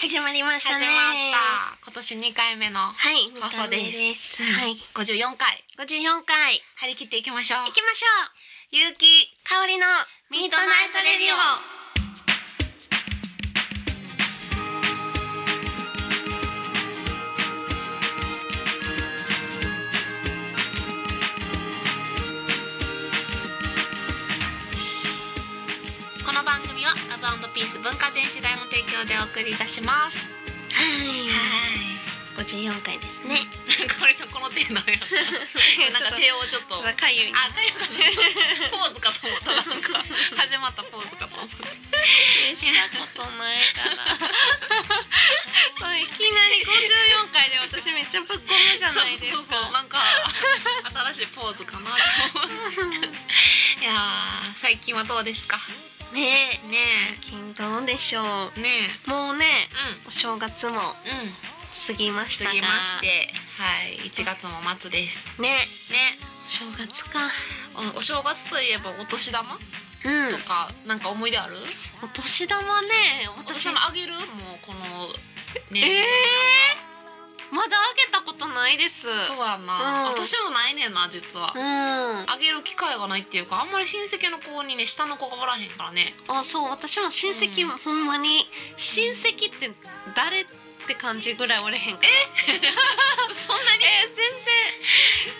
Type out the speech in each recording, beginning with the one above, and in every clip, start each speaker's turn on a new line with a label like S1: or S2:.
S1: 始まりました
S2: 始
S1: ね
S2: まった今年2回目の
S1: はい
S2: 放送です
S1: 二回目です
S2: うん
S1: はい
S2: 54回
S1: 54回
S2: 張り切っていきましょう
S1: 行きましょうゆうき香りのミッドナイトレディオ
S2: この番組はラブピース文化電子代の提供でお送りいたします
S1: はい54回ですね
S2: かおりちゃんこの程度やったなんか手をちょっと
S1: かゆい
S2: あ、かゆかったポーズかと思ったなんか始まったポーズかと思った
S1: したことないから。 そういきなり54回で私めっちゃぶっ込むじゃないです
S2: そうそうそ
S1: か。
S2: うなんか新しいポーズかなと思っていやー最近はどうですか
S1: ねえ、
S2: ね
S1: 金どうでしょう。
S2: えね
S1: もうね
S2: え、うん
S1: お正月も
S2: うん、
S1: 過ぎました
S2: 過
S1: が、
S2: ぎまして、はい、1月も末です。
S1: ね、
S2: ね、
S1: 正月か。
S2: おお正月といえばお年玉
S1: うん
S2: と、か、なんか思い出ある？
S1: お年玉ね、
S2: お年
S1: 私
S2: 玉あげる？もうこの
S1: え
S2: ね、
S1: ーまだあげたことないです。
S2: そうやな、
S1: うん
S2: 私もないねんな実は。
S1: うん。
S2: あげる機会がないっていうか、あんまり親戚の子にね下の子がおらへんからね。
S1: あそう私も親戚、
S2: うん
S1: ほんまに親戚って誰って感じぐらいおれへんからえ そんなにえ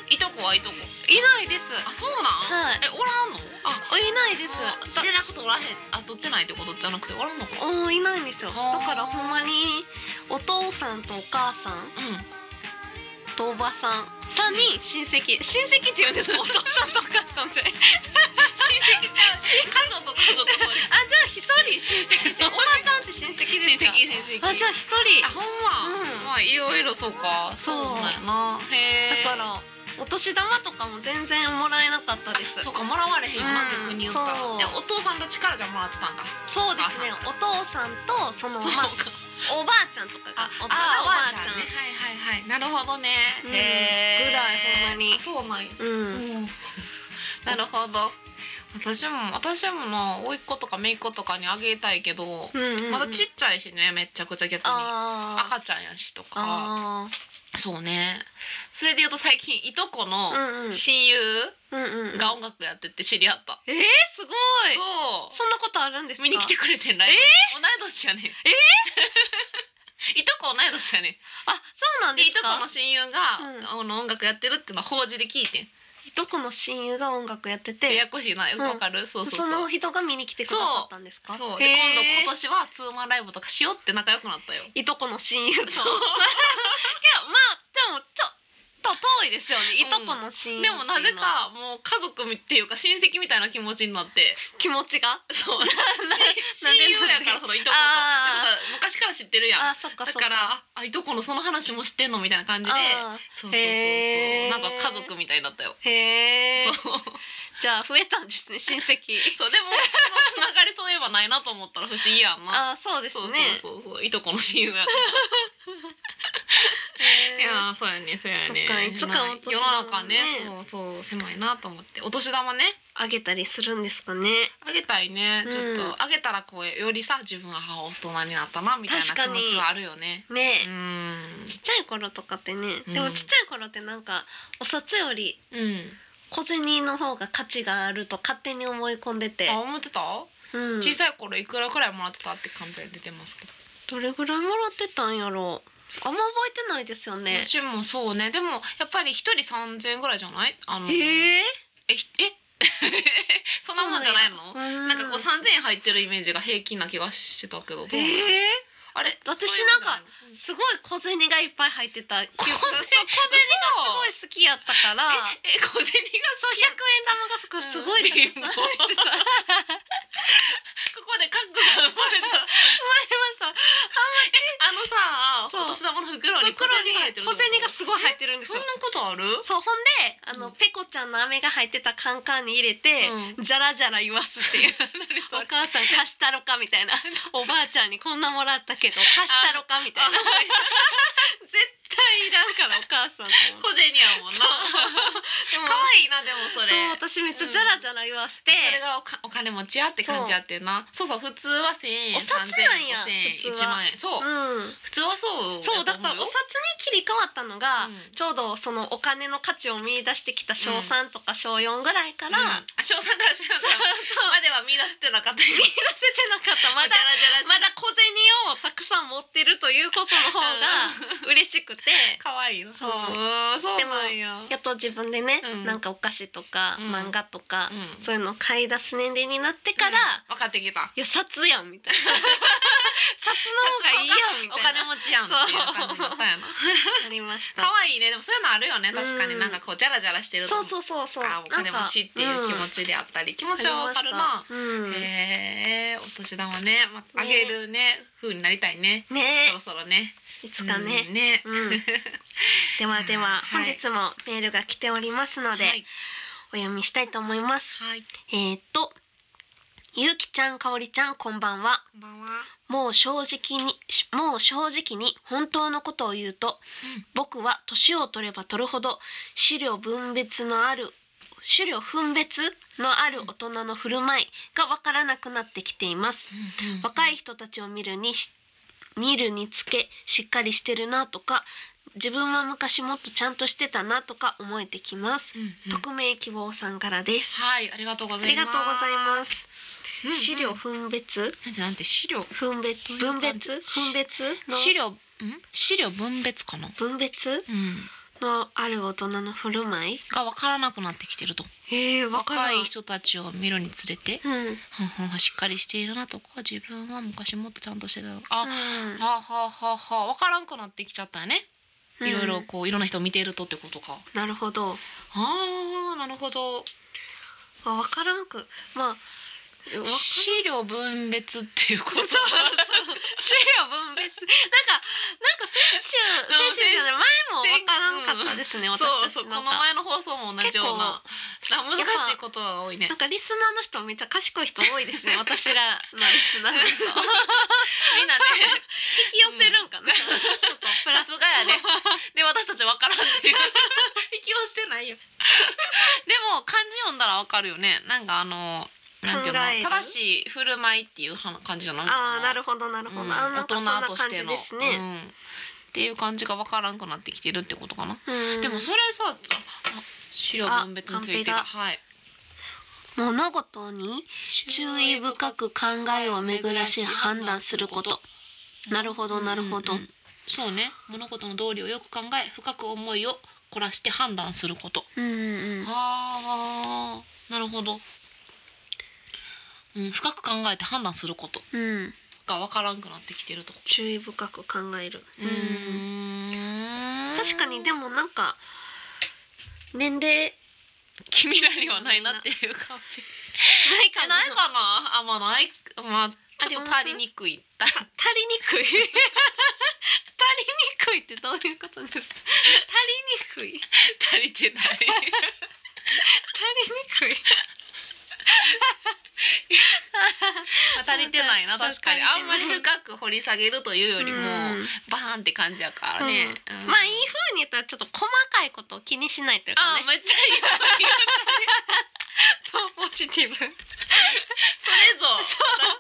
S1: 全
S2: いとこはいとこ。
S1: 然いないです
S2: あ、そうなん？
S1: はい
S2: え、おらんの？あ、
S1: おいないですだ
S2: 連絡取らへん、あ、取ってないってことじゃなくておらんの か。
S1: おいないんですよだ
S2: あー
S1: からほんまにお父さんとお母さん
S2: うん。
S1: とおばさん3人親戚親戚って言うんですかお父さんとお母さんって
S2: 親戚ちゃう。家族家族。
S1: あじゃあ一人親戚 っておばさんって親戚ですか
S2: 親戚親戚。
S1: あじゃあ一人
S2: あほんま、
S1: うん
S2: まあいろいろそうか
S1: そう
S2: なんやなへえ
S1: だからお年玉とかも全然もらえなかったです
S2: そうかもらわれへんよな、
S1: うん
S2: 逆に言ったら
S1: そう
S2: でお父さんたちからじゃあもらってたんだ
S1: そうですね。お父さんとその
S2: そう
S1: ま
S2: か
S1: あおばあちゃんとかがおば
S2: あ
S1: あおばあちゃん
S2: ねはいはいはいなるほどね、
S1: うん
S2: へえ
S1: ぐらいほんまに
S2: あそうなんや、
S1: うん。
S2: うんなるほど私も私もな甥っ子とか姪っ子とかにあげたいけど、
S1: うんうん
S2: まだちっちゃいしねめっちゃくちゃ逆に
S1: あー
S2: 赤ちゃんやしとか
S1: あ
S2: そうねそれで言うと最近いとこ
S1: ーう
S2: の
S1: んうん
S2: 親友、
S1: うんうん
S2: が音楽やってて知り合った。
S1: えーすごい
S2: そ
S1: そんなことあるんです
S2: う。
S1: か
S2: 見に来てくれてんライブ。同い年やねん。 いとこ同い年やね
S1: あそうなん
S2: ん。
S1: で
S2: で、い
S1: す
S2: とこ
S1: か
S2: の親友が、
S1: う
S2: あの音楽やってるっていうのは法事で聞いてん。
S1: いとこの親友が音楽やって
S2: や
S1: て
S2: やこしいな、よくわかる。そうそう
S1: そ
S2: そ
S1: の
S2: う。
S1: 人が見に来てくださったんですか
S2: そう。で、
S1: へー
S2: 今度今年はツーマンライブとかしようって仲良くなったよ。
S1: いとこの親友といや
S2: そう。
S1: まあでもちょっと遠いですよねいとこの親友って
S2: で
S1: いうの
S2: も
S1: は
S2: なぜかもう家族っていうか親戚みたいな気持ちになって
S1: 気持ちが
S2: そう
S1: なん
S2: 親
S1: で
S2: 友やからそのいとこと
S1: あ
S2: 昔から知ってるやん
S1: あそっか
S2: だ
S1: そっ
S2: からあいとこのその話も知ってんのみたいな感じで
S1: あ
S2: そうそうそうそ
S1: へ
S2: う
S1: ー
S2: なんか家族みたいだったよ、
S1: ーへえ
S2: そう
S1: じゃあ増えたんですね親 戚
S2: そうでもそのつながりそういえばないなと思ったら不思議やんなあ
S1: あーそうです
S2: そうそう
S1: ね
S2: そうそういとこの親友や から
S1: へー
S2: いやーそうやねそうやね
S1: そっかいつかお年
S2: な
S1: 玉
S2: い世の中ねそうそう狭いなと思ってお年玉ね
S1: あげたりするんですかね
S2: あげたいね
S1: うん
S2: ちょっと、あげたらこうよりさ自分はあ大人になったなみたいな
S1: 確かに
S2: 気持ちはあるよねう
S1: ね
S2: ん
S1: ちっちゃい頃とかってね
S2: うん
S1: でもちっちゃい頃ってなんかお札より
S2: うん
S1: 小銭の方が価値があると勝手に思い込んでて
S2: あ、思ってた、
S1: うん、
S2: 小さい頃いくらくらいもらってたってカンペ出てますけど
S1: どれぐらいもらってたんやろうあんま覚えてないですよね
S2: 私もそうねでもやっぱり一人三千円ぐらいじゃないあのえ
S1: へえ
S2: ひえ そんなもんじゃないの
S1: な
S2: なんかこう三千円入ってるイメージが平均な気がしてたけどどうなの
S1: え
S2: あれ
S1: 私
S2: そういうもじゃいの
S1: ーすごい小銭がい っぱい入ってた記憶がす
S2: そう
S1: ごい好きやったから
S2: え小銭
S1: そう100円玉がすご い
S2: うん
S1: たくさん入ってた思い
S2: がここで覚悟が生まれた
S1: ました
S2: あのさ
S1: そう
S2: お年玉の袋に小
S1: 袋
S2: 銭
S1: に
S2: が入ってる
S1: 小銭がすごい入ってるんです
S2: そん
S1: よ
S2: なことある
S1: そうほんであの、
S2: うん
S1: ペコちゃんの飴が入ってたカンカンに入れて、
S2: う
S1: じゃらじゃら言わすっていう お
S2: それ
S1: 母さん貸したろかみ たいなおばあちゃんにこんなもらったけど貸したろかみたいな絶対いらんからお母さんと思って
S2: 小銭やもんな
S1: そうでも
S2: 可愛いな でもそれ
S1: そう私めっちゃじゃらじゃら言わして、
S2: それがおかお金持ちやって感じやってんなそうそう普通は1000円
S1: お札なんや
S2: 3000円
S1: 普
S2: 1
S1: 通は
S2: 万円そう、
S1: うん
S2: 普通はそう
S1: そうだ
S2: やと
S1: から
S2: 思
S1: お
S2: よ
S1: 札に切り替わったのが、
S2: うん
S1: ちょうどそのお金の価値を見出してきた小3とか小4ぐらいから、
S2: うん、あ翔さんから翔さんまでは見出せてなかった
S1: 見出せてなかった まだまだ小銭をたくさん持ってるということの方が嬉し くて
S2: 可愛いな
S1: そう
S2: うんそうなんや
S1: やっと自分でね、
S2: うん
S1: なんかお菓子とか、
S2: うん
S1: 漫画とか、
S2: うん
S1: そういうのを買い出す年齢になってから、
S2: うん分かってきた
S1: いや札やんみ たいな札の方がいいやんみ
S2: お
S1: たい
S2: 金
S1: な
S2: 持ちやんっていう感じだったんやな
S1: なりました
S2: 可愛いねでもそういうのあるよね確か
S1: う
S2: に
S1: ん
S2: なんかこうジャラジャラしてると
S1: そうそうそうそう
S2: あお金持ちっていう気持
S1: ち
S2: ちであったり気持ちは分かるな
S1: うん、
S2: へえお年玉ねまあげるね風になりたいねそ
S1: ね
S2: ろそろね
S1: いつかね、
S2: うんね
S1: うん ではでは、
S2: は
S1: 本
S2: い
S1: 日もメールが来ておりますので、
S2: はい
S1: お読みしたいと思います
S2: はい
S1: えー、っとゆうきちゃんかおりちゃんこんばんは
S2: こんばんは
S1: もう正直にしもう正直に本当のことを言うと、
S2: うん
S1: 僕は年を取れば取るほど資料分別のある資料分別のある大人の振る舞いがわからなくなってきています若い人たちを見るにし見るにつけしっかりしてるなとか自分は昔もっとちゃんとしてたなとか思えてきます、
S2: うんうん
S1: 匿名希望さんからです、
S2: はいありがとうござ
S1: あり
S2: い
S1: が
S2: ま
S1: と
S2: す
S1: うございます、
S2: うんうん
S1: 資料分別
S2: なんてなんて資料
S1: 分別
S2: どう
S1: 分
S2: いう感じ
S1: 別分別の
S2: 資料ん資料分別かな
S1: 分別
S2: うん
S1: のある大人の振る舞い
S2: が分からなくなってきてると
S1: えー、わ
S2: 若い
S1: 人
S2: 人たちを見るにつれて
S1: うん、うん、
S2: はんはんはんしっかりしているなとか自分は昔もっとちゃんとしてたとかあ、はあ、はあはあはあ分からんくなってきちゃったよね、
S1: うん
S2: いろいろこういろんな人を見ているとってことか
S1: なるほど
S2: あーなるほど
S1: あわからんくまあわ
S2: 資料分別っていうこ
S1: そう
S2: と
S1: そう種類分別なんかなんか先週
S2: うん
S1: 先週じゃない前もわからんかったですね、私た
S2: そう
S1: ち
S2: そうこ
S1: な
S2: の
S1: んか
S2: 前の放送も同じようなな難しいことが多いね
S1: なんかリスナーの人めっちゃ賢い人多い ですね私らのリスナーの 人
S2: みんなね
S1: 引き寄せるんかな、ちょっと プラ
S2: さ
S1: ス
S2: すがやねで私たちわからんっていう引きはしてないよでも漢字読んだらわかるよねなんかあのなんていうの
S1: 考える
S2: 正しい振る舞いっていうはな感じじゃないのか
S1: ああーな
S2: る
S1: るほどなるほど、あーなん
S2: 大
S1: かそんな
S2: 人と
S1: 感
S2: し
S1: じ
S2: ての
S1: ですね、
S2: うん、っていう感じがわからんくなってきてるってことかな、
S1: うん
S2: でもそれさあ資料分別について
S1: あ
S2: が
S1: カン
S2: はい
S1: 物事に注意深く考えを巡らし判断することなるほどなるほど、
S2: うんうんうんそうね物事の道理をよく考え深く思いを凝らして判断すること
S1: うんうん
S2: ああなるほど、うん、深く考えて判断すること
S1: うん、
S2: が分からんくなってきてると
S1: 注意深く考える
S2: うーん
S1: 確かにで
S2: も
S1: もなんか年齢
S2: 君らにはないなっていう感じ
S1: ないか
S2: え
S1: な
S2: ないかなあまあないまあちょっと
S1: あ
S2: 足
S1: ります
S2: りにくい
S1: 足りにくい足りにくいってどういうことですか足りにくい
S2: 足りてない
S1: 足りにくい
S2: 足りてない な確かに
S1: 足
S2: あ
S1: りてな
S2: んま
S1: い
S2: り深く掘り下げるというよりも
S1: うん
S2: バーンって感じやからね、うん
S1: まあいい風に言ったらちょっと細かいことを気にしないというか
S2: あー
S1: ね
S2: めっち ゃいい
S1: ポジティブそう
S2: それぞ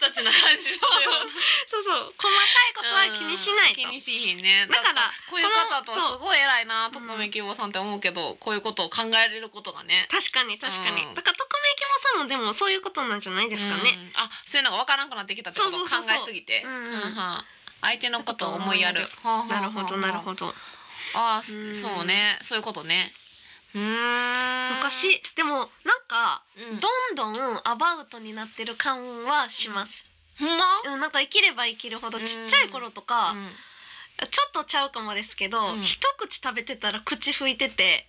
S2: 私たちの感じそうよ
S1: そう細かいことは気にしないと
S2: うん気にしひんね
S1: だから
S2: こういう方と
S1: このそう
S2: はすごい偉いな
S1: うん
S2: 徳明希望さんって思うけどこういうことを考えられることがね
S1: 確かに確かに、
S2: うん
S1: だから匿名希望さんもでもそういうことなんじゃないですかね、
S2: うんあそういうのが分からなくなってきたってこと
S1: そ
S2: を
S1: うそう
S2: 考
S1: そうそう
S2: えすぎて
S1: うんうん
S2: はん相手のことを思いやるはあはあは
S1: なる
S2: あはあ
S1: ほどなるほど
S2: あ
S1: う
S2: ー
S1: ん
S2: そうねそういうことねうーん
S1: 昔でもなんか
S2: うん
S1: どんどんアバウトになってる感はします、
S2: ほんま
S1: うん、なんか生きれば生きるほどちっちゃい頃とか、
S2: うん
S1: ちょっとちゃうかもですけど、
S2: うん
S1: 一口食べてたら口拭いてて
S2: へ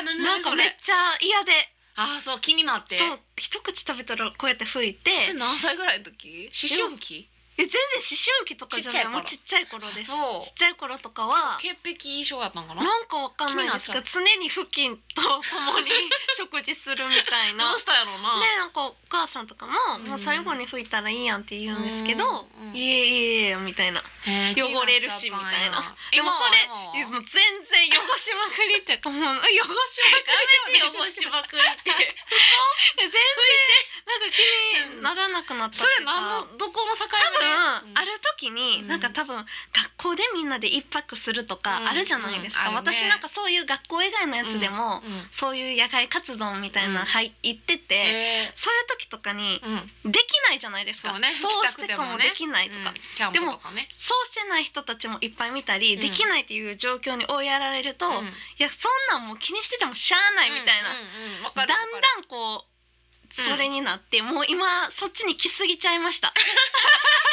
S2: え何
S1: なん
S2: 何
S1: か
S2: そ
S1: めっ
S2: れ
S1: ちゃ嫌で
S2: あーそう気になって
S1: そう一口食べたらこうやって拭いて
S2: それ何歳ぐらいの時思春期
S1: え全然思春期とかじゃないもうちっ
S2: ち
S1: ちゃい頃です
S2: そう
S1: ちっちゃい頃とかは
S2: 潔癖症やったんかな
S1: なんかわかんないですけど常に付近と共に食事するみたいな
S2: どうしたやろうな
S1: でなんかお母さんとかも
S2: う、ん
S1: もう最後に拭いたらいいやんって言うんですけど、
S2: うんうん
S1: いえいえいえみたいな
S2: へー
S1: 汚れるしみたいなでもそれ
S2: 今は
S1: もう全然汚しまくりっていうかもう汚しまくり
S2: やめてよ汚しまくりって
S1: 全然なんか気にならなくなったって
S2: そ
S1: い
S2: れ
S1: うか
S2: 何のどこの境
S1: 多分
S2: 目
S1: ある時に、
S2: うん
S1: なんか多分学校でみんなで一泊すると
S2: うん
S1: かあるじゃないですか、
S2: うんあるね
S1: 私なんかそういう学校以外のやつでも、
S2: うんうん
S1: そういう野外活動みたいな、
S2: うん
S1: はい行ってて、
S2: へ
S1: そういう時とかに
S2: ーうん
S1: できないじゃないですか
S2: そうね
S1: そうして
S2: 行きたくて
S1: か
S2: も
S1: も
S2: ね
S1: できないとか、
S2: キャンプとかね
S1: そうしてない人たちもいっぱい見たり、
S2: うん
S1: できないっていう状況に追いやられると、
S2: うん
S1: いやそんなんもう気にしててもしゃあないみたいな、
S2: うんうんうんわ
S1: だ
S2: か
S1: ん
S2: る
S1: だ
S2: わかる
S1: んこうそれになって、もう今そっちに来すぎちゃいま したえ戻り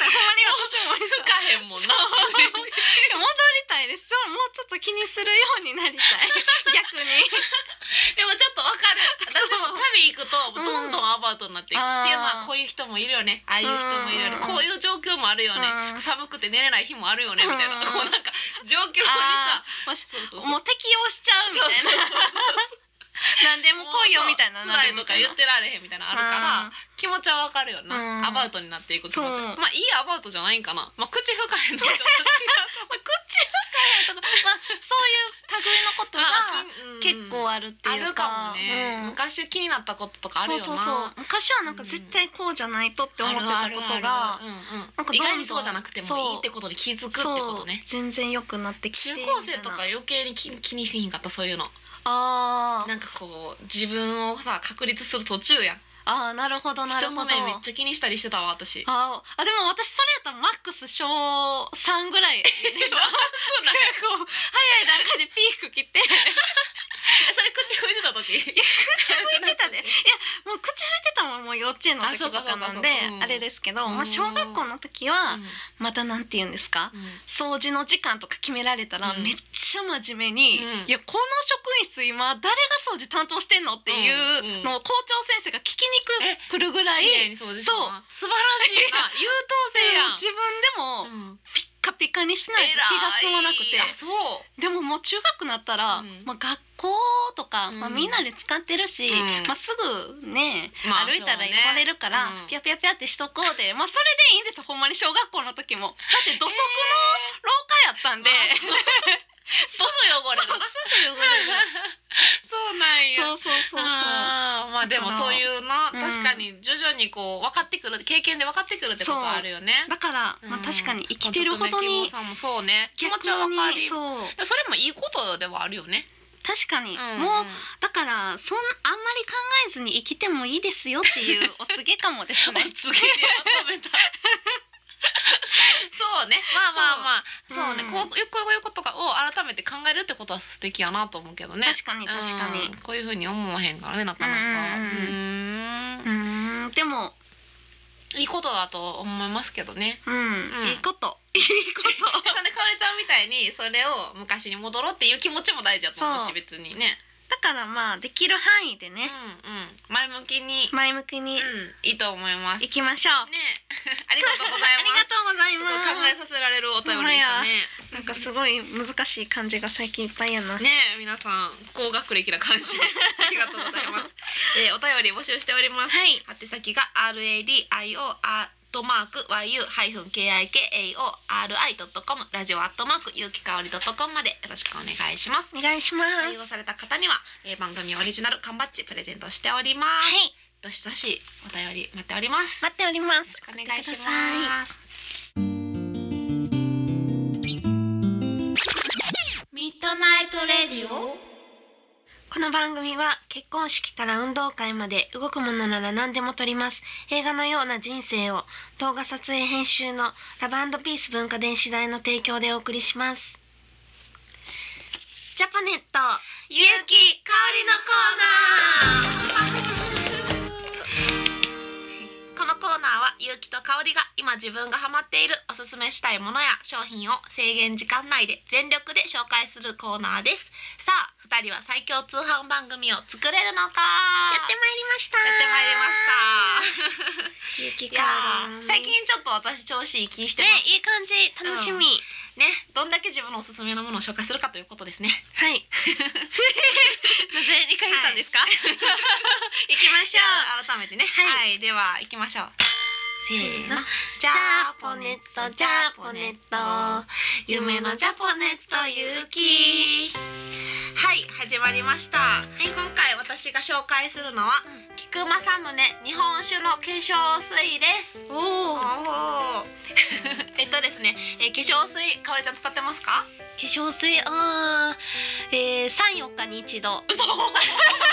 S1: たいほんまに私も一緒
S2: 吹かへんもんな
S1: 戻りたいですちょもうちょっと気にするようにな りたい逆に
S2: でもちょっとわかる私も旅行くと
S1: うん
S2: どんどんアバウトになっていくっていうのは
S1: あー
S2: こういう人もいるよねああいう人もいるよね
S1: うん
S2: こういう状況もあるよ
S1: う
S2: ね
S1: ん
S2: 寒くて寝れない日もあるよねみたいな
S1: うん
S2: こうなんか状況にさ
S1: あもし
S2: そうそうそう
S1: もう適応しちゃうみたいななんでも来いよみたいななん
S2: 辛い
S1: で
S2: と
S1: も
S2: か言ってられへんみたいなのあるから気持ちはわかるよ
S1: う
S2: な、
S1: ん
S2: アバウトになっていく気持ち
S1: そう
S2: はまあいいアバウトじゃないんかなまあ口深いのはちょっと
S1: ま
S2: 違
S1: あ、口深いとか、まあ、そう
S2: う
S1: いう類のことが結構
S2: あ
S1: あるって
S2: あ
S1: いう
S2: る
S1: か、
S2: かもね、
S1: うん
S2: 昔気になったこととかあるよな
S1: そうそうそう昔はなんか絶対こうじゃないとって思ってたことが
S2: あるあるあるうんうん
S1: なんかどんどん
S2: 意外にそうじゃなくても
S1: そう
S2: いいってことに気づくってことね
S1: そう全然良くなってきて
S2: 中高生とか
S1: みたいな
S2: 余計に気気にしひんかったそういうの
S1: あー
S2: なんかこう自分をさ確立する途中やん
S1: あーなるほどなる
S2: 人
S1: ほど
S2: の目めっちゃ気にしたりしてたわ私
S1: あーあでも私それやったらマックス小3ぐら いでした
S2: わ
S1: 結構早い段階でピーク来て
S2: それ口吹いてた
S1: 口
S2: 時
S1: 吹いてたでいやもう口吹いてたもんもう幼稚園の時とかなんで
S2: あそうかそうかそうかうん
S1: あれですけど、
S2: うん
S1: まあ、小学校の時はまたなんて言うんですか
S2: うん
S1: 掃除の時間とか決められたら
S2: うん
S1: めっちゃ真面目に、
S2: うん
S1: いやこの職員室今誰が掃除担当してんのっていうのを校長先生が聞きにくるぐらい、
S2: 綺麗に掃除したな素晴らし いな優等
S1: 自
S2: 生
S1: 分
S2: やん
S1: でも ピッカピカにしないと気が済まなくて
S2: 偉いあそう
S1: でももう中学になったら、
S2: うん
S1: まあ、学校とか、まあ、
S2: うん
S1: みんなで使ってるし、
S2: うん
S1: まあ、すぐね
S2: まあ
S1: 歩いたら
S2: そうね
S1: 汚れるから、
S2: うん
S1: ピャピャピャってしとこうで、まあ、それでいいんですよほんまに小学校の時もだって土足の廊下やったん で、
S2: えーまあすぐ汚れる
S1: そうすぐ汚れる。
S2: そうなんや
S1: そうそうそうそう。
S2: あーまあでも
S1: だから
S2: そういうな、
S1: うん
S2: 確かに徐々にこう分かってくる経験で分かってくるってことはあるよね。
S1: だから、まあ、
S2: うん
S1: 確かに生きてるほど
S2: 本当とねキモ
S1: に
S2: さんもそうね気持
S1: 逆
S2: ちは分か
S1: に
S2: りそ
S1: そう
S2: それもいいことではあるよね。
S1: 確かに、
S2: うん。
S1: もうだからそんあんまり考えずに生きてもいいですよっていうお告げかもですね
S2: お告げでまとめたそうねまあまあまあそうね、
S1: うん
S2: こういうこういうことかを改めて考えるってことは素敵やなと思うけどね。
S1: 確かに確かに。
S2: うんこういうふうに思わへんからねなかなか。
S1: ううんうん
S2: うんーん
S1: うーんでも、
S2: いいことだと思いますけどね。
S1: うん、
S2: ん
S1: いいこと、 いいこと。
S2: そんでかおりちゃんみたいにそれを昔に戻ろうっていう気持ちも大事だと思う
S1: そ
S2: し
S1: う
S2: 別にね
S1: だからまあできる範囲で
S2: うんう
S1: ね、
S2: ん前向きに、
S1: 前向き
S2: うん
S1: に、
S2: いいと思いますね
S1: 行きましょう。
S2: ありがとうござ
S1: あ
S2: い
S1: り が
S2: ます
S1: とうござい
S2: すごい考え
S1: ま
S2: させられるお便りでしたね
S1: す。なんかすごい難しい漢字が最近いっぱいやな。
S2: ねえ皆さん高学歴な感 じありがとうございます、えーお便り募集しております
S1: はい。
S2: 宛先が RADIO アットマーク YU-KIKAORI.com ラジオアットマークゆうきかおり .com までよろしくお願いします
S1: お願いします。
S2: 採用された方には、えー、番組オリジナル缶バッジプレゼントしておりま
S1: は
S2: す、
S1: い、
S2: どしどしお便り待っておりますよ
S1: 待っております
S2: ろ。しくお願いし
S1: 送ってください
S2: ますミッドナイトレディオ
S1: この番組は結婚式から運動会まで動くものなら何でも撮ります映画のような人生を動画撮影編集のラブピース文化電子台の提供でお送りしますジャパネット
S2: ゆうきかおりのコーナーこのコーナーはゆうきとかおりが今自分がハマっているおすすめしたいものや商品を制限時間内で全力で紹介するコーナーですさあ二人は最強通販番組を作れるのか
S1: やってまいりました
S2: やってまい
S1: ゆ
S2: りました
S1: き
S2: い
S1: か
S2: や
S1: ら
S2: ー最近ちょっと私調子いい気して
S1: ね
S2: ま
S1: いい感じ楽
S2: す
S1: しみ、
S2: うんねどんだけ自分のおすすめのものを紹介するかということですね
S1: はいなぜ二回言ったんですか、 行きまし
S2: じ
S1: ょ
S2: ゃ
S1: う
S2: あ改めてね
S1: は
S2: はい、では行きましょうせーのジ
S1: ジ
S2: ャ
S1: ャ
S2: ポ
S1: ポ
S2: ネ
S1: ネ
S2: ッ
S1: ッ
S2: ト
S1: ト
S2: ジ
S1: ジ
S2: ャ
S1: ャ
S2: ポ
S1: ポ
S2: ネッ
S1: ネッ
S2: ト
S1: ト
S2: 夢
S1: 夢
S2: の
S1: の
S2: ジ
S1: ジ
S2: ャ
S1: ャ
S2: ポ
S1: ポ
S2: ネ
S1: ネッ
S2: ット
S1: ト
S2: ゆ
S1: ゆ
S2: う
S1: う
S2: き
S1: き
S2: はい始まりました、はい、今回私が紹介するのは菊政宗日本酒の化粧水です
S1: おお化
S2: おお えっとですね、えー化粧水かおりちゃん使ってますか
S1: 粧水あーえー、三四日に一度は
S2: 嘘 そん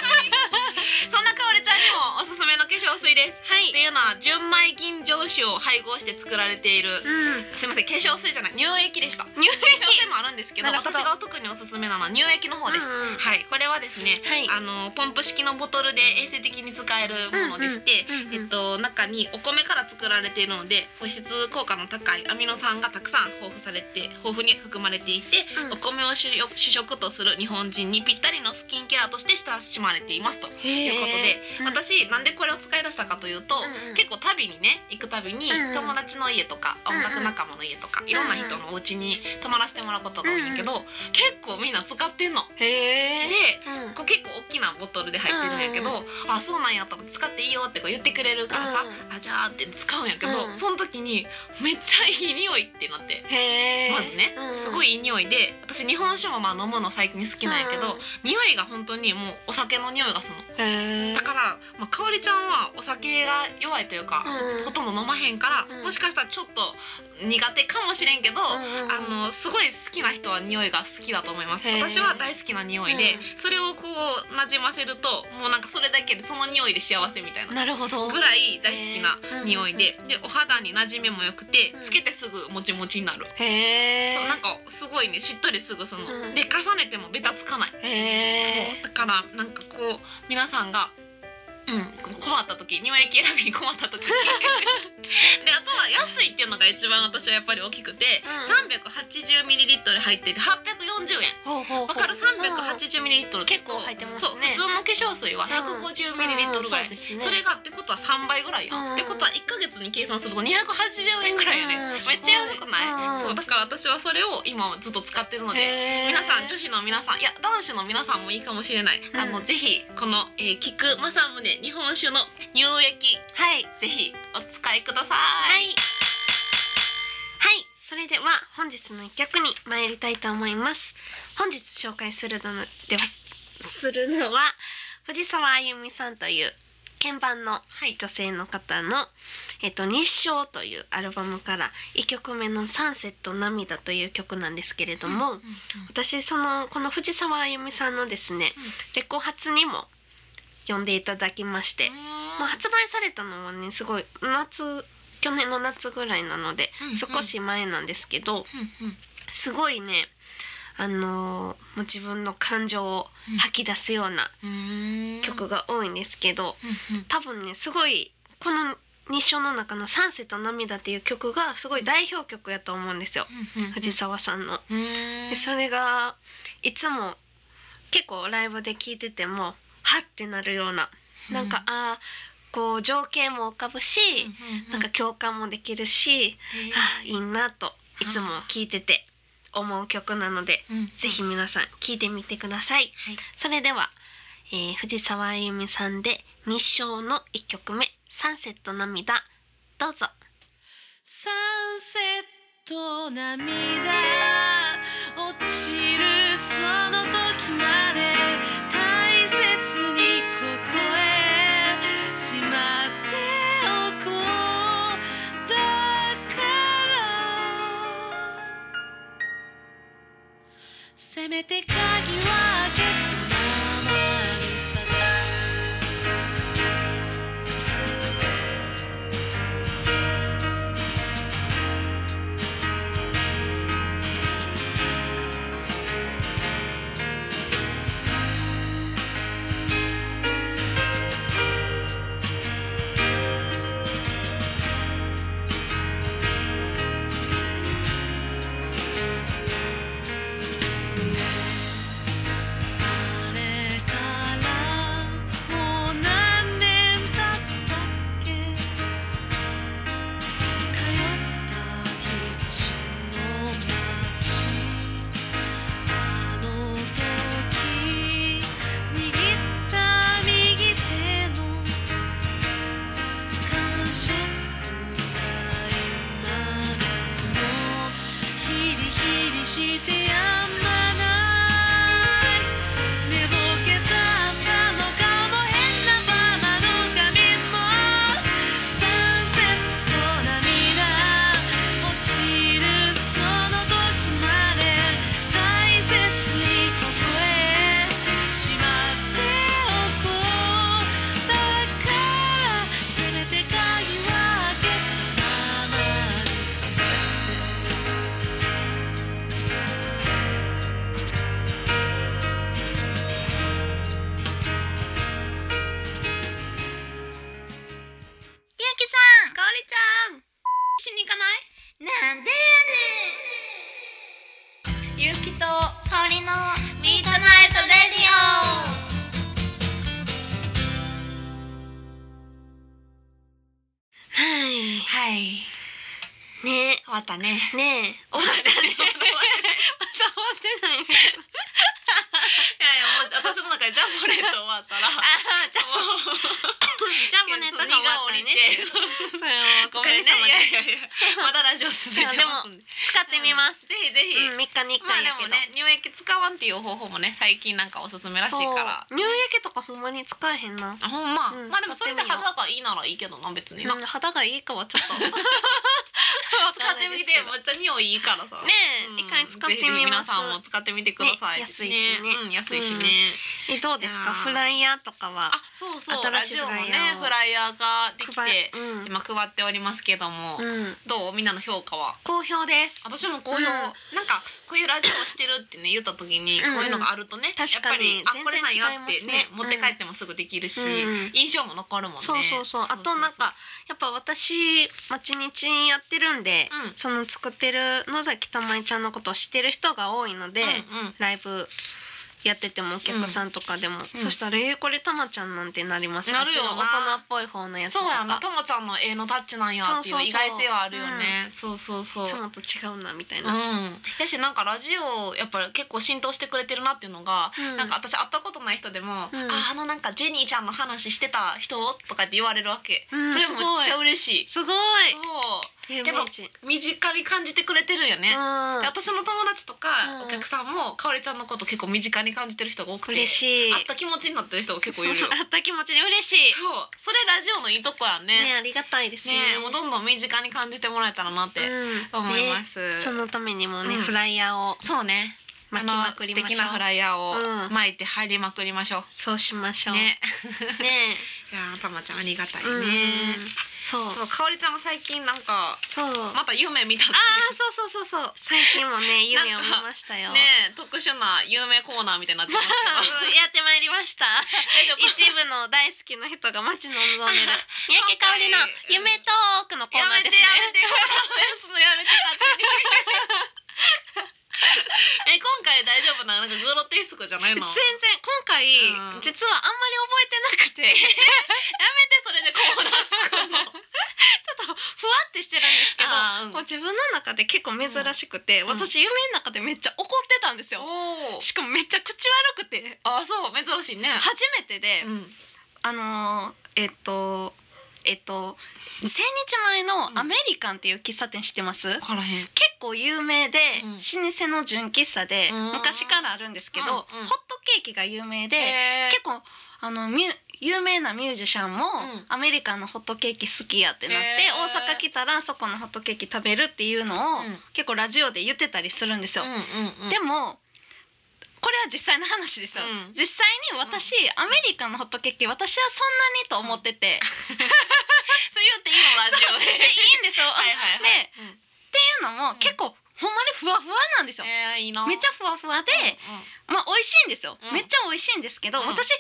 S2: なかおりちゃんにもおすすめの化粧水ですって
S1: い
S2: いうのは純米吟醸酒を配合して作られている
S1: うん
S2: すいません化粧水じゃない乳液でした
S1: 乳液
S2: 化粧水もあるんですけど
S1: なるほ
S2: 私
S1: ど
S2: が特におすすめなのは乳液の方です、
S1: うんうん
S2: はいこれはですね
S1: はい
S2: あのポンプ式のボトルで衛生的に使えるものでして、
S1: うんうん
S2: えっと、中にお米から作られているので保湿効果の高いアミノ酸がたくさん豊富されて豊富に含まれていて、
S1: うん
S2: お米を主食主食とする日本人にぴったりのスキンケアとして親しまれていますということ
S1: とい
S2: で、
S1: うん
S2: 私なんでこれを使い出したかというと、
S1: うんうん
S2: 結構旅にね行くたびに
S1: うんうん
S2: 友達の家とか
S1: うんう
S2: 音
S1: ん
S2: 楽仲間の家とかいろんな人のお家に泊まらせてもらうことが多いんやけど結構みんな使ってんの。
S1: へえ
S2: で
S1: うん
S2: こう結構大きなボトルで入ってるんやけど「あそうなんや」と思って「使っていいよ」ってこう言ってくれるからさ「
S1: う
S2: あじゃあ」って使うんやけど、
S1: うん
S2: その時にめっちゃいい匂いってなって。
S1: へえ
S2: まずね、すご
S1: い
S2: いいい匂いで私日本酒もまあ飲むの最近好きなんやけど、匂いが本当にもうお酒の匂いがするの
S1: へえ
S2: だから、まあ、かおりちゃんはお酒が弱いというか、
S1: うん
S2: ほとんど飲まへんから、
S1: うん
S2: もしかしたらちょっと苦手かもしれんけど、あ
S1: あ
S2: のすごい好きな人は匂いが好きだと思います
S1: へー
S2: 私は大好きな匂いで、
S1: う
S2: それをこうなじませるともうなんかそれだけでその匂いで幸せみたいな
S1: なるほど
S2: ぐらい大好きな匂いで、
S1: へ
S2: でお肌に馴染みも良くて
S1: うん
S2: つけてすぐもちもちになる、
S1: へえ
S2: そうなんかすごいねしっとりすぐするの、
S1: うん
S2: で重ねてもベタつかない
S1: へ
S2: そうだからなんかこう皆さんが、うん、困った時乳液選びに困った 時であとは安いっていうのが一番私はやっぱり大きくて、
S1: う
S2: 380ml 入ってて840円
S1: えほうほうほう
S2: わかる
S1: うん
S2: 380ml
S1: 結構入ってますね
S2: そう普通の化粧水は 150ml ぐら
S1: うんそ
S2: い、
S1: うですね
S2: それがってことは3倍ぐらいや、
S1: うん
S2: ってことは1ヶ月に計算すると280円ぐらいやね、
S1: うん
S2: めっちゃ安くない、
S1: すごいうん
S2: そうだから私はそれを今ずっと使ってるので
S1: へー
S2: 皆さん女子の皆さんいや男子の皆さんもいいかもしれない、
S1: ん
S2: あのぜひこの、えー、菊正宗日本酒の乳液
S1: はい
S2: ぜひお使いくださ、
S1: はいい。はい、それでは本日の一曲に参りたいと思います。本日紹介するのではするのは藤沢あゆみさんという鍵盤の女性の方の、えっと日照というアルバムから一曲目のサンセット涙という曲なんですけれども、
S2: うんうん
S1: 私そのこの藤沢あゆみさんのですね、
S2: うん
S1: レコ発にも呼んでいただきまして、まあ、発売されたのはねすごい夏去年の夏ぐらいなので、
S2: うんうん
S1: 少し前なんですけど
S2: うんうん
S1: すごいねあのーもう自分の感情を吐き出すような曲が多いんですけど、多分ねすごいこの日照の中の「サンセと涙」っていう曲がすごい代表曲やと思うんですよ藤沢さんの。でそれがいつも結構ライブで聴いててもはってなるようななんか、あーこう情景も浮かぶし、なんか共感もできるし、あーいいなといつも聴いてて思う曲なので、ぜひ皆さん聴いてみてください。
S2: はい
S1: それでは、えー藤沢あゆみさんで日照の一曲目サンセット涙どうぞ。
S3: サンセット涙落ちるその時まで大切にここへしまっておこうだからせめて鍵は開けたままにさ「
S2: はい。
S1: ね
S2: 終わったね。
S1: えねえ終わったねまた終わってないね
S2: いやいやもう私の中でジャンボレット終わった ら。
S1: ああじゃあ
S2: もう
S1: じゃあもうネタが終わったね
S2: そうそうそう
S1: お疲れ様
S2: いや
S1: です
S2: いやいやまだラジオ続いてますんで
S1: 使ってみます、
S2: ぜひぜひ、
S1: うん、3日に1
S2: まあ
S1: 回
S2: で
S1: やけ
S2: も
S1: ど、
S2: ね乳液使わんっていう方法もね最近なんかおすすめらしいから
S1: そう乳液とかほんまに使えへんな、
S2: あほんま、
S1: うん
S2: まあでもそれで
S1: 使ってみよう
S2: 肌がいいならいいけどな別に な、
S1: うん肌がいいかはちょっと使
S2: 使ってみてめっちゃ匂いいいからさ
S1: ねえ、
S2: うん
S1: 一回使ってみます
S2: ぜひ皆さんも使ってみてください、
S1: ね安いしね
S2: うん、安いしね、
S1: うんえどうです
S2: いや
S1: か
S2: ー
S1: フライヤーとかは
S2: あそうそうラ
S1: 新しい
S2: ジオもねフ
S1: フ
S2: ライヤーができて
S1: 配うん、
S2: 今配っておりますけども、
S1: うん、
S2: どうみんなの評価は
S1: 好評です
S2: 私もこういう、
S1: うん
S2: なんかこういうラジオをしてるってね言った時に
S1: うんうん
S2: こういうのがあるとね、やっ
S1: 確
S2: ぱ
S1: か
S2: り
S1: に
S2: あこれなんやって
S1: 全然違いますね
S2: ね持って帰ってもすぐできるし、
S1: うん
S2: 印象も残るもんね
S1: そうそうそうあとなんかやっぱ私町日やってるんで、
S2: うん
S1: その作ってる野崎たまえちゃんのことを知ってる人が多いので、
S2: うんうん
S1: ライブやっててもお客さんとかでも、
S2: うん
S1: そしたら「えーこれたまちゃんなんてなります
S2: なるよな
S1: あっちの大人っぽい方のやつと
S2: そうやな
S1: か
S2: たまちゃんの絵のタッチなんやってい
S1: そうそうそ
S2: う
S1: う
S2: 意外性はあるよね、そうそうそう
S1: いつもと違うなみたいな、
S2: うん、やしなんかラジオやっぱり結構浸透してくれてるなっていうのが、
S1: うん
S2: なんか私会ったことない人でも「
S1: うん
S2: ああのなんかジェニーちゃんの話してた人?」とかって言われるわけ、
S1: うん
S2: それもめっちゃ嬉しい。
S1: すご
S2: そ
S1: いう有名人
S2: 身近に感じてくれてるよ
S1: う
S2: ね、
S1: ん
S2: 私の友達とか
S1: うん
S2: お客さんもかおりちゃんのこと結構身近に感じてる人が多くて
S1: 嬉しい
S2: 会った気持ちになってる人が結構い るよそう
S1: あった気持ちで嬉しい
S2: それラジオのいいとこや
S1: ね
S2: ね
S1: ありがたいですね
S2: ねもうどんどん身近に感じてもらえたらなって
S1: うん
S2: 思います、
S1: ねそのためにもね、
S2: うん
S1: フライヤーを
S2: そうね
S1: 巻きまくりま
S2: あの素敵
S1: しょ
S2: なフ
S1: う
S2: ライヤーを
S1: うん
S2: 巻いて入りまくりましょ
S1: そうしまし
S2: う、
S1: ょうね
S2: ねいやーたまちゃんありがたいね、
S1: うんそう
S2: そうかおりちゃんは最近なんか
S1: そう
S2: また夢見たっ
S1: あ
S2: ていう
S1: あそうそうそうそう最近もね夢を見ましたよ、
S2: ねえ特殊な有名コーナーみたいになってます けど
S1: やってまいりま した
S2: 大丈夫
S1: 一部の大好きな人が待ち望んでる 三宅香織の夢トークのコー
S2: や
S1: ナー
S2: め
S1: で
S2: て
S1: すね
S2: やめてそのやめて勝手に え今回大丈夫なのなんかグロテスクじゃない
S1: 全然
S2: の
S1: 今
S2: やめて
S1: 回、
S2: うん
S1: 実はあんまり覚えてなくて ち
S2: それでコーナー作るの
S1: ょっとふわってしてるんですけど
S2: あーうん
S1: こう自分の中で結構珍しくて、
S2: ん
S1: 私夢の中でめっちゃ怒ってたんですよ、
S2: おー
S1: しかもめっちゃ口悪くて
S2: あそう珍しいね
S1: 初めてで、
S2: うん
S1: あのーえっとえっと千日前のアメリカンっていう喫茶店知ってます、
S2: 分からへん
S1: 結構有名で、
S2: うん
S1: 老舗の純喫茶で
S2: うん
S1: 昔からあるんですけど、
S2: うんうん
S1: ホットケーキが有名で、
S2: へー
S1: 結構あのミュ有名なミュージシャンも、
S2: ん
S1: アメリカンのホットケーキ好きやってなって
S2: へー
S1: 大阪来たらそこのホットケーキ食べるっていうのを、
S2: うん
S1: 結構ラジオで言ってたりするんですよ。
S2: うんうんうん
S1: でもこれは実際の話ですよ、
S2: うん
S1: 実際に私、アメリカンのホットケーキ私はそんなにと思ってて、
S2: そう言っていいのラジオで
S1: でいいんですよ、
S2: はい
S1: っ
S2: はいはい
S1: で
S2: うん
S1: ていうのも、
S2: ん
S1: 結構ほんまにふわふわなんですよ、
S2: えーいいな
S1: めっちゃふわふわで、
S2: うん
S1: まあ美味しいんですよ、
S2: うん
S1: めっちゃ美味しいんですけど、
S2: うん
S1: 私硬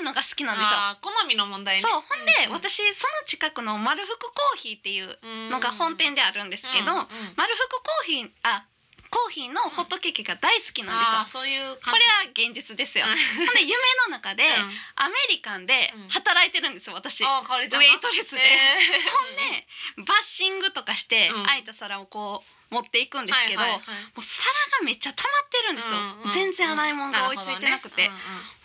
S1: いのが好きなんですよ
S2: あー好みの問題ね
S1: そうほんで、
S2: うんうん
S1: 私その近くの丸福コーヒーっていうのが本店であるんですけど、
S2: うんうん
S1: 丸福コーヒーあコーヒーのホットケーキが大好きなんですよ
S2: あーそういう
S1: こ
S2: 感
S1: れ
S2: じ
S1: は現実ですよ。ほんで夢の中で
S2: うん
S1: アメリカンで働いてるんですよ私。ウ
S2: あーかおりちゃん
S1: ェ
S2: が
S1: イトレスで。ほんでバッシングとかして
S2: うん
S1: 空いた皿をこう持っていくんですけど、
S2: はいはい
S1: も
S2: はいう
S1: 皿がめっちゃ溜まってるんですよ。
S2: うんうん
S1: 全然洗い物が追いついてなくて。
S2: る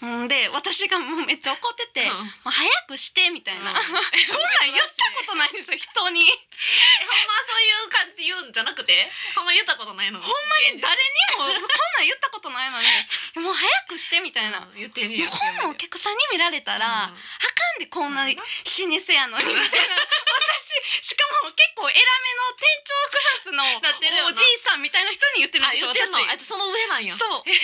S1: ほんで私がもうめっちゃ怒ってて、も
S2: ほどね
S1: う早くしてみたい
S2: うんうんうん
S1: な。
S2: うん
S1: こんなん言ったことないんですよ人に。
S2: えほんまそういう感じで言うんじゃなくてほんま言ったことないの
S1: ほんまに誰にもこんなん言ったことないのに、もう早くしてみたいな。もう
S2: うん言ってる
S1: こんなんお客さんに見られたら。あかんでこんな老舗やのにみたいな私しかも結構偉めの店長ク
S2: なってるよ
S1: ラスのおじ
S2: な
S1: いさんみたいな人に言ってるん
S2: あ
S1: です
S2: 言
S1: よ
S2: ってんのあい
S1: 私
S2: つその上なんや
S1: そう上っ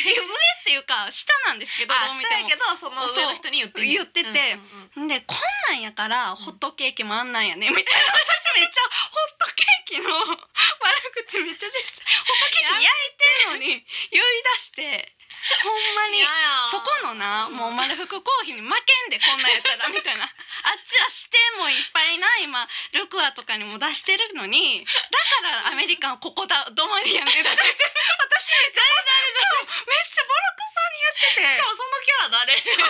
S1: ていうか下なんですけどど
S2: あ
S1: う
S2: 下
S1: 見て
S2: や
S1: も
S2: けどその上の人に言ってんや
S1: 言ってて
S2: うんうんう
S1: ん
S2: ん
S1: でこんなんやからホットケーキもあんなんやねみたいな私めっちゃホットケーキの 悪口めっちゃ実際ホットケーキ焼いてんのに言い出してほんまに
S2: いやや
S1: そこのな
S2: うん
S1: もう丸福コーヒーに負けんでこんなんやったらみたい なあっちはしてもいっぱいな今ルクアとかにも出してるのにだからアメリカンここだ止まりやねんって私めっちゃそうめっちゃボロクソに言ってて
S2: しかもそのキャラ誰
S1: こんな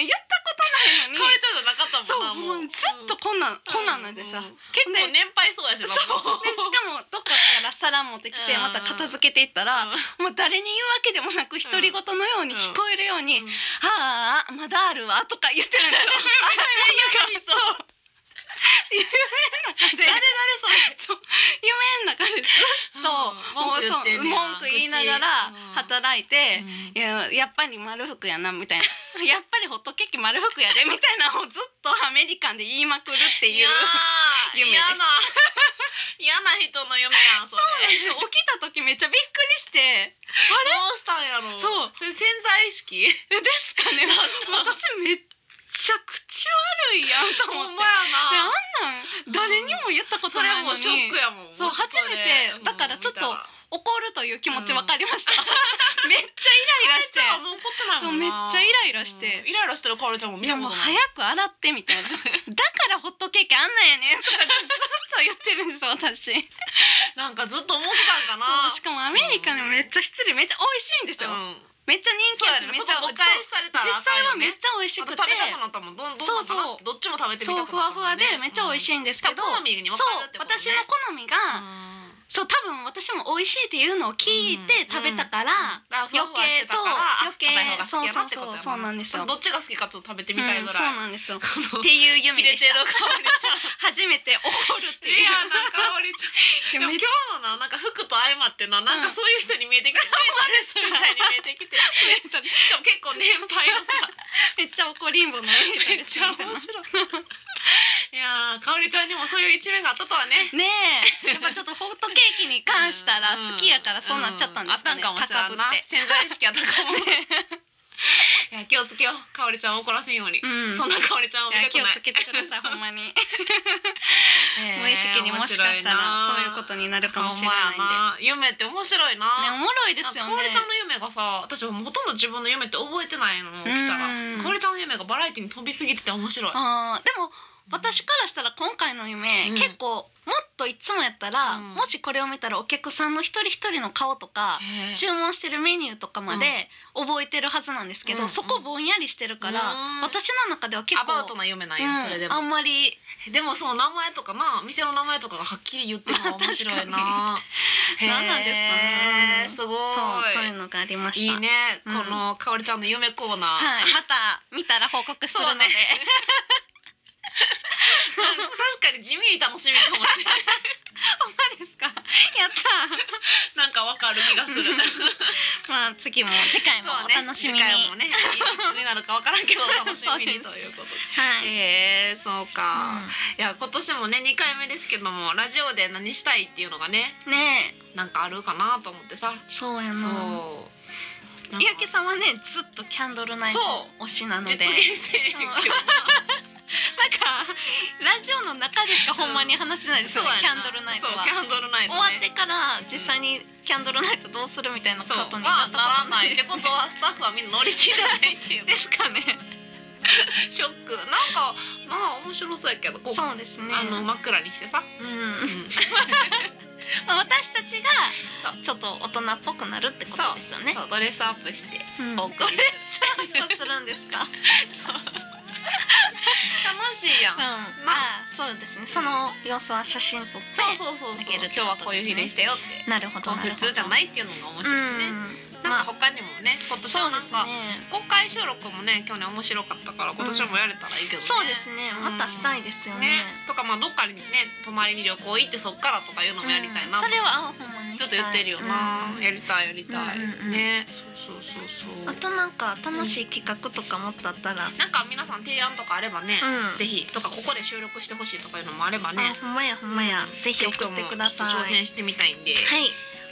S1: ん言ったことないのに
S2: かおりちゃんじゃなかったった
S1: そ
S2: もんな
S1: うもうずっとこんなんこんなんなんでさ、
S2: う結構
S1: で
S2: 年配そうやし
S1: そう
S2: な
S1: でし
S2: もう
S1: かもどっかから皿持ってきて
S2: うん
S1: また片付けていったら、もう誰に言うわけでもなく独り言のように聞こえるように「
S2: うん
S1: ああまだあるわ」とか言ってるんですよ。あれがそう夢の中でそう夢の中でず
S2: 誰
S1: っともうそう文句言いながら働いて。いややっぱり丸福やなみたいな やっぱりホットケーキ丸福やでみたいなのをずっとアメリカンで言いまくるっていう
S2: やー
S1: 夢です
S2: 嫌な嫌な人の夢やんそれ
S1: 起きた時めっちゃびっくりして
S2: どうしたんやろ
S1: そう
S2: それ潜在意識
S1: えですか ね私めっちゃ口悪いやんと
S2: ほ
S1: 思っ
S2: ん
S1: て
S2: ま
S1: であ
S2: やなん
S1: なん誰にも言ったこと
S2: それ
S1: ないの
S2: もう
S1: に
S2: ショックやもん
S1: そう
S2: もれ
S1: 初めて
S2: うん
S1: だからちょっと
S2: 見たら
S1: 怒るという気持ち分かり ましためっちゃイライラし
S2: じ
S1: て
S2: ゃあもう怒ってないもんな
S1: めっちゃイライラして
S2: うんイライラしてるカオルちゃんも見
S1: いや
S2: た
S1: も
S2: こ
S1: う
S2: と
S1: 早
S2: ない
S1: く洗ってみた いなだからホットケーキあんなんやねんとかずっと言ってるんです私
S2: なんかずっと思ってたんかな
S1: そうしかもアメリカのめっちゃ失礼めっちゃ美味しいんですよ、
S2: うん
S1: めっちゃ人気
S2: そう
S1: あ
S2: や
S1: る
S2: ね
S1: めっ
S2: そ
S1: ちゃ
S2: こ誤解された
S1: そう実
S2: らあか
S1: 際は
S2: んよ
S1: めっ
S2: ね
S1: ちゃ美味しく
S2: 私
S1: て
S2: 食べたくなったもんどんどんなんか
S1: そう
S2: な
S1: そう
S2: どっちも食べてみたく
S1: そ
S2: な
S1: う
S2: っ
S1: ふわ
S2: た
S1: ふわでめっちゃ美味し
S2: い
S1: いんですけど、
S2: 好みに分
S1: そ
S2: かれ
S1: う
S2: てことね
S1: 私の好みが、
S2: うん
S1: そう多分私も美味しいっていうのを聞いて食べたから、
S2: だからふわふわしてたから
S1: 余計
S2: あ
S1: そう
S2: 食べた方が好きやなってことや
S1: そうそうそうそうなんですよ
S2: 私どっちが好きかちょっと食べて
S1: う
S2: み
S1: ん
S2: たいぐ
S1: そう
S2: らい、
S1: なんですよっ
S2: この
S1: ていう夢
S2: 切れ
S1: で
S2: て
S1: し
S2: る
S1: た
S2: 香りちゃん
S1: 初めて怒るっていう
S2: レアな香りちゃん
S1: で
S2: で
S1: も
S2: も
S1: めっち
S2: 今日のななんか服と相まってななん
S1: う
S2: か
S1: ん
S2: そういう人に見えてきて、みたいに見えてき てしかも結構年配のさ
S1: ゃめっちゃ怒りんぼの絵みたい
S2: めっ
S1: な
S2: ちゃ面白い いやーかおりちゃんにもそういう一面があったとはね
S1: ねえやっぱちょっとホットケーキに関したら
S2: うん
S1: 好きやからそうなっちゃったんですかね、
S2: うあったんかもしれんな
S1: 高ぶって
S2: 潜在意識あった かも、いや気をつけようかおりちゃんを怒らせんように、
S1: うん
S2: そんなかおりちゃんを見
S1: いや
S2: たく
S1: 気を
S2: ない
S1: つけてくださいほんまに
S2: えー
S1: 無意識にもしかしたらそういうことになるかもしれないんで
S2: ほんまやな夢って面白い
S1: ね
S2: な、
S1: おもろいですよ
S2: かおり
S1: ね
S2: ちゃんの夢がさ私もうほとんど自分の夢って覚えてないの起きた
S1: うん
S2: らかおりちゃんの夢がバラエティに飛びすぎてて面白い
S1: あーでも私からしたら今回の夢、
S2: うん
S1: 結構もっといつもやったら、
S2: うん
S1: もしこれを見たらお客さんの一人一人の顔とか
S2: へー
S1: 注文してるメニューとかまで覚えてるはずなんですけど、
S2: うん
S1: そこぼんやりしてるから、
S2: うん
S1: 私の中では結
S2: ア
S1: 構
S2: バウトな夢なん
S1: う
S2: や、
S1: ん
S2: それで
S1: あ
S2: も
S1: んまり
S2: でもその名前とかな店の名前とかがはっきり 言ってるのが面白いなへー
S1: 何なんですかね
S2: すごい
S1: そうそういうのがありました
S2: いいね、
S1: うん
S2: このかおりちゃんの夢コーナー、
S1: はい、また見たら報告するので、
S2: そうね確かに地味に楽しみかもし れない
S1: ほんまですかやった
S2: なんかわかる気がする
S1: うんまあ次も次回も
S2: そう
S1: お楽しみに、
S2: 次回もねいつになるかわからんけどお楽しみに
S1: そうです
S2: ということ
S1: はい、
S2: でへえそうか、
S1: う
S2: いや今年もね2回目ですけどもラジオで何したいっていうのがね
S1: んねえ
S2: なんかあるかなと思ってさ
S1: そうや
S2: そ
S1: な
S2: うなんか
S1: ゆうきさんはねずっとキャンドルナイト推しなので
S2: 実
S1: なん か
S2: 現せえへんけどな
S1: ラジオの中でしかほんまに話してないですよね、
S2: そう
S1: キャ
S2: やな
S1: ンドルナイト
S2: そう
S1: は
S2: キャンドルナイ
S1: 終
S2: ト、
S1: わってから実際にキャンドルナイトどうするみたいなこ
S2: そう
S1: とに
S2: ま
S1: な
S2: あ
S1: った
S2: ならないってことはスタッフはみんな乗り気じゃないっていう
S1: ですかね
S2: ショックなんかまあ面白そうやけどこ う
S1: そうですね
S2: あの枕にしてさ、
S1: うん
S2: うん
S1: まあ、私たち
S2: そ
S1: がちょっと大人っぽくなるってことですよね。
S2: そうドレスアップして
S1: うん
S2: お
S1: ど
S2: 送
S1: う
S2: り
S1: するんですか。
S2: 楽しいやん、
S1: うん、まあそうですね。その様子は写真撮って。
S2: そうそうそうそう
S1: あげる
S2: 今日はこういう日でしたよって
S1: なるほど
S2: こう
S1: なるほ
S2: 普
S1: ど。
S2: 通じゃ
S1: い。
S2: ないっていうのが面
S1: う
S2: 白いね、
S1: ん。
S2: な
S1: ま
S2: ん
S1: あ
S2: か他にもね今年
S1: そ
S2: は
S1: う
S2: な
S1: で
S2: ん
S1: す
S2: か、
S1: ね。
S2: 公開収録もね去年面白かったから今年もやれたらいいけどね、
S1: そうですね。またしたいですよね
S2: ね。とかまあどっかにね泊まりに旅行行ってそっからとかいうのもやりたい
S1: う
S2: な
S1: んそれはほんまに
S2: ずっと言ってるよな、やりたいやりた
S1: う
S2: い、
S1: んうんうん
S2: ねそうそうそうそう
S1: あとなんか楽しい企画とかもっとあったら。
S2: なんか皆さん提案とかあればね、
S1: うん
S2: ぜひとかここで収録してほしいとかいうのもあれば
S1: あ
S2: ね
S1: ほんまやほんまや
S2: う。ん
S1: ぜひ送ってください。
S2: ぜひともちょっと挑
S1: は
S2: 戦してみたいんで、
S1: い。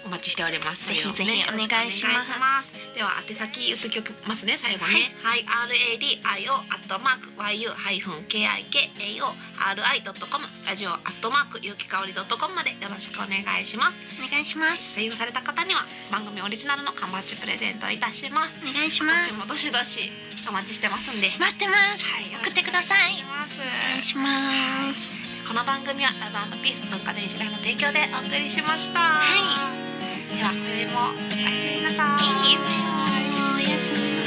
S2: お待ちしております
S1: ぜひぜひ
S2: ね
S1: お願いします
S2: よろくお願いしますでは宛先言ってきますね最後ねはい、RADIO アットマーク YU ハイフン KIKAO RI ドットコムラジオアットマークゆうきかおりドットコムまでよろしくお願いします
S1: お願いします。
S2: 採用された方には番組オリジナルの缶バッジプレゼントいたします
S1: お願いしま
S2: 今
S1: す
S2: 年。もどしどしお待ちしてますんで
S1: 待ってます。
S2: はいよ
S1: 送っ
S2: ろしく
S1: てくださ
S2: お願い
S1: い
S2: し。ます
S1: お願いします。
S2: この番組はラブピース文化電子代の提供でお送りしました。
S1: は
S2: では今宵もおやすみなさ
S1: いい
S2: い。
S1: 夢をおやすみなさい